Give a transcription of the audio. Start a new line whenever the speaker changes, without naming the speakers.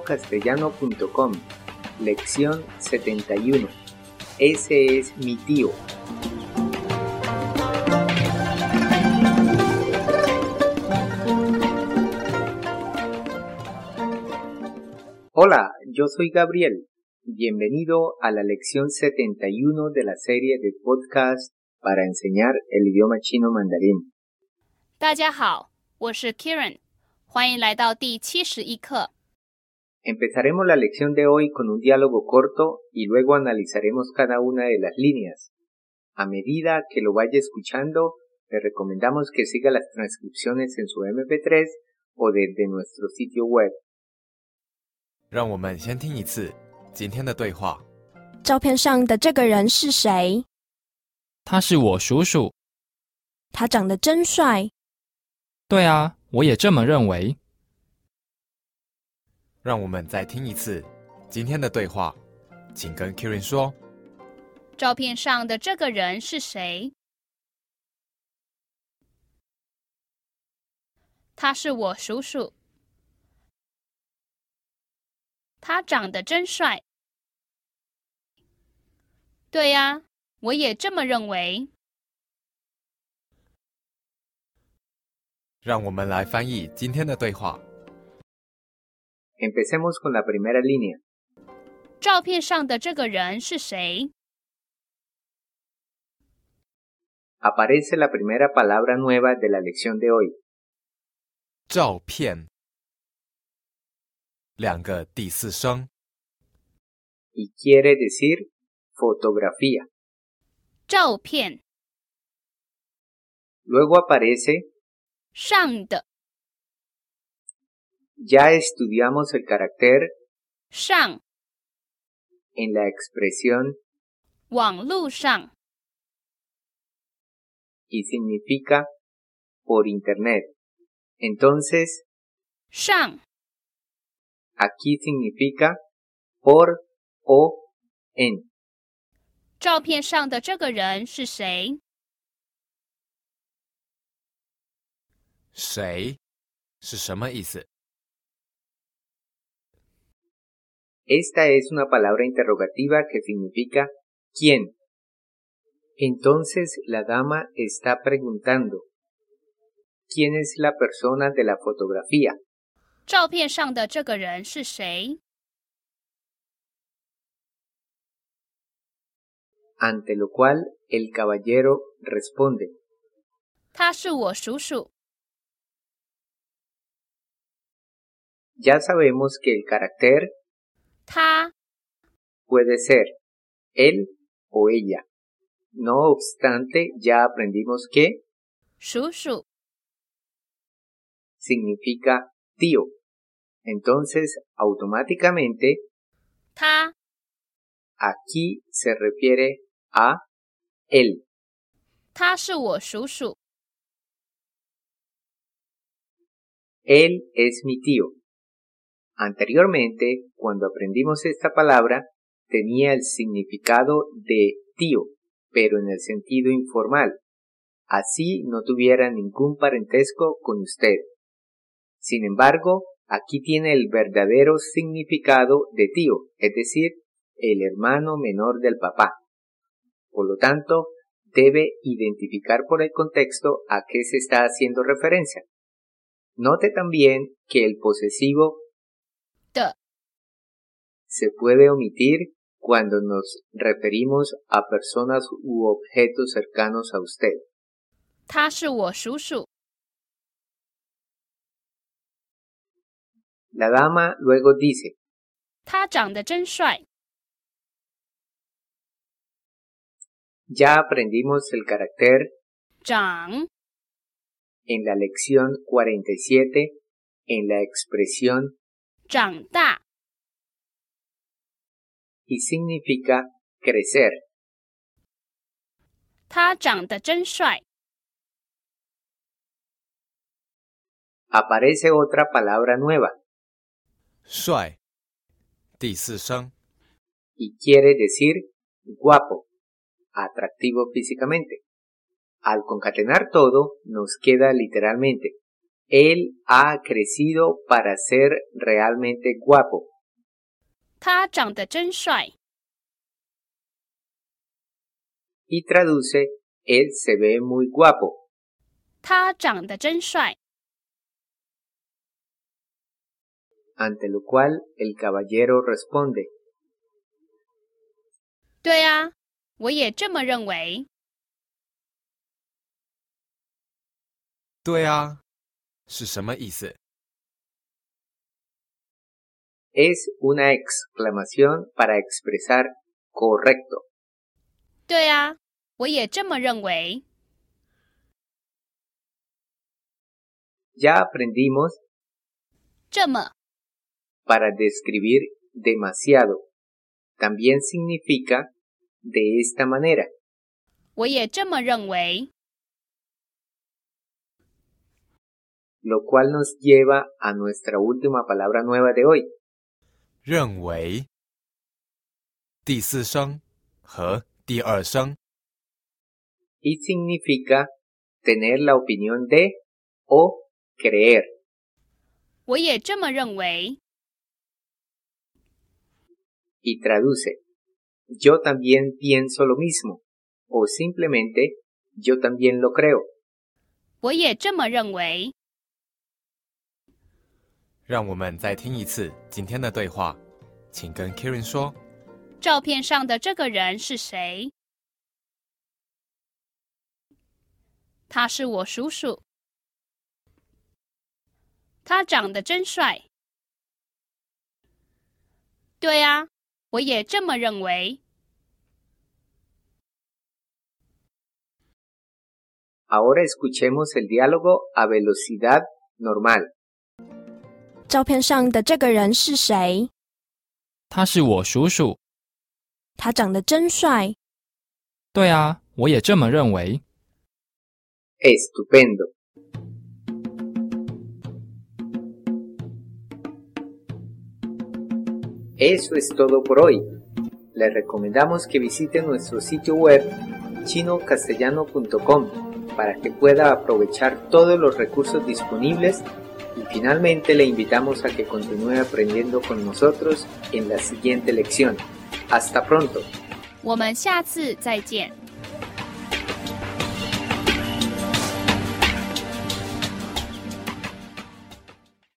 chinocastellano.com, lección 71. Ese es mi tío. Hola, yo soy Gabriel. Bienvenido a la lección 71 de la serie de podcast para enseñar el idioma chino mandarín.
大家好，我是 Kieran，欢迎来到第七十一课。
Empezaremos la lección de hoy con un diálogo corto y luego analizaremos cada una de las líneas. A medida que lo vaya escuchando, le recomendamos que siga las transcripciones en su MP3 o desde nuestro sitio web.
让我们先听一次今天的对话。
照片上的这个人是谁？
他是我叔叔。
他长得真帅。
对啊，我也这么认为。
让我们再听一次今天的对话，请跟 Kirin 说。
照片上的这个人是谁？他是我叔叔。他长得真帅。对呀、我也这么认为。
让我们来翻译今天的对话。
Empecemos con la primera línea.
照片上的这个人是谁？
Aparece la primera palabra nueva de la lección de hoy.
照片，两个第四声，
y quiere decir fotografía.
照片
Luego aparece,
上的
ya estudiamos el carácter
上
en la expresión
网路上
y significa por internet. Entonces,
上
aquí significa por o en.
照片上的这个人是谁？
谁是什么意思？
Esta es una palabra interrogativa que significa quién. Entonces la dama está preguntando, ¿quién es la persona de la fotografía?
照片上的这个人是谁？
Ante lo cual el caballero responde,
他是我叔叔。
ya sabemos que el carácter
他
puede ser él o ella. No obstante, ya aprendimos que
叔叔
significa tío. Entonces, automáticamente,
他
aquí se refiere a él.
他是我叔叔。
Él es mi tío. Anteriormente, cuando aprendimos esta palabra, tenía el significado de tío, pero en el sentido informal. Así no tuviera ningún parentesco con usted. Sin embargo, aquí tiene el verdadero significado de tío, es decir, el hermano menor del papá. Por lo tanto, debe identificar por el contexto a qué se está haciendo referencia. Note también que el posesivo
De.
se puede omitir cuando nos referimos a personas u objetos cercanos a usted.
他是我叔叔。
La dama luego dice,
他长得真帅。
ya aprendimos el carácter
长
en la lección 47 en la expresión
长大
y significa crecer.
他长得真帅。
Aparece otra palabra nueva
帅，第四声，
y quiere decir guapo, atractivo físicamente. Al concatenar todo, nos queda literalmente Él ha crecido para ser realmente guapo.
他长得真帅，
Y traduce, él se ve muy guapo.
他长得真帅。
Ante lo cual el caballero responde,
对啊，我也这么认为。
对啊，是什么意思？
es una exclamación para expresar correcto.
对啊，我也这么认为。
Ya aprendimos
这么
para describir demasiado. También significa de esta manera.
我也这么认为。
lo cual nos lleva a nuestra última palabra nueva de hoy.
认为第四声和第二声
Y significa tener la opinión de o creer.
我也这么认为。
Y traduce, yo también pienso lo mismo. O simplemente, yo también lo creo.
我也这么认为。
让我们再听一次今天的对话，请跟 Kirin 说。
照片上的这个人是谁？他是我叔叔。他长得真帅。对呀、我也这么认为。
Ahora escuchemos el diálogo a velocidad normal.
照片上的这个人是谁？
他是我叔叔。
他长得真帅，
对啊，我也这么认为。
Estupendo. Eso es todo por hoy. Les recomendamos que visiten nuestro sitio web chinocastellano.com para que pueda aprovechar todos los recursos disponibles y finalmente le invitamos a que continúe aprendiendo con nosotros en la siguiente lección. Hasta pronto.
我们下次再见。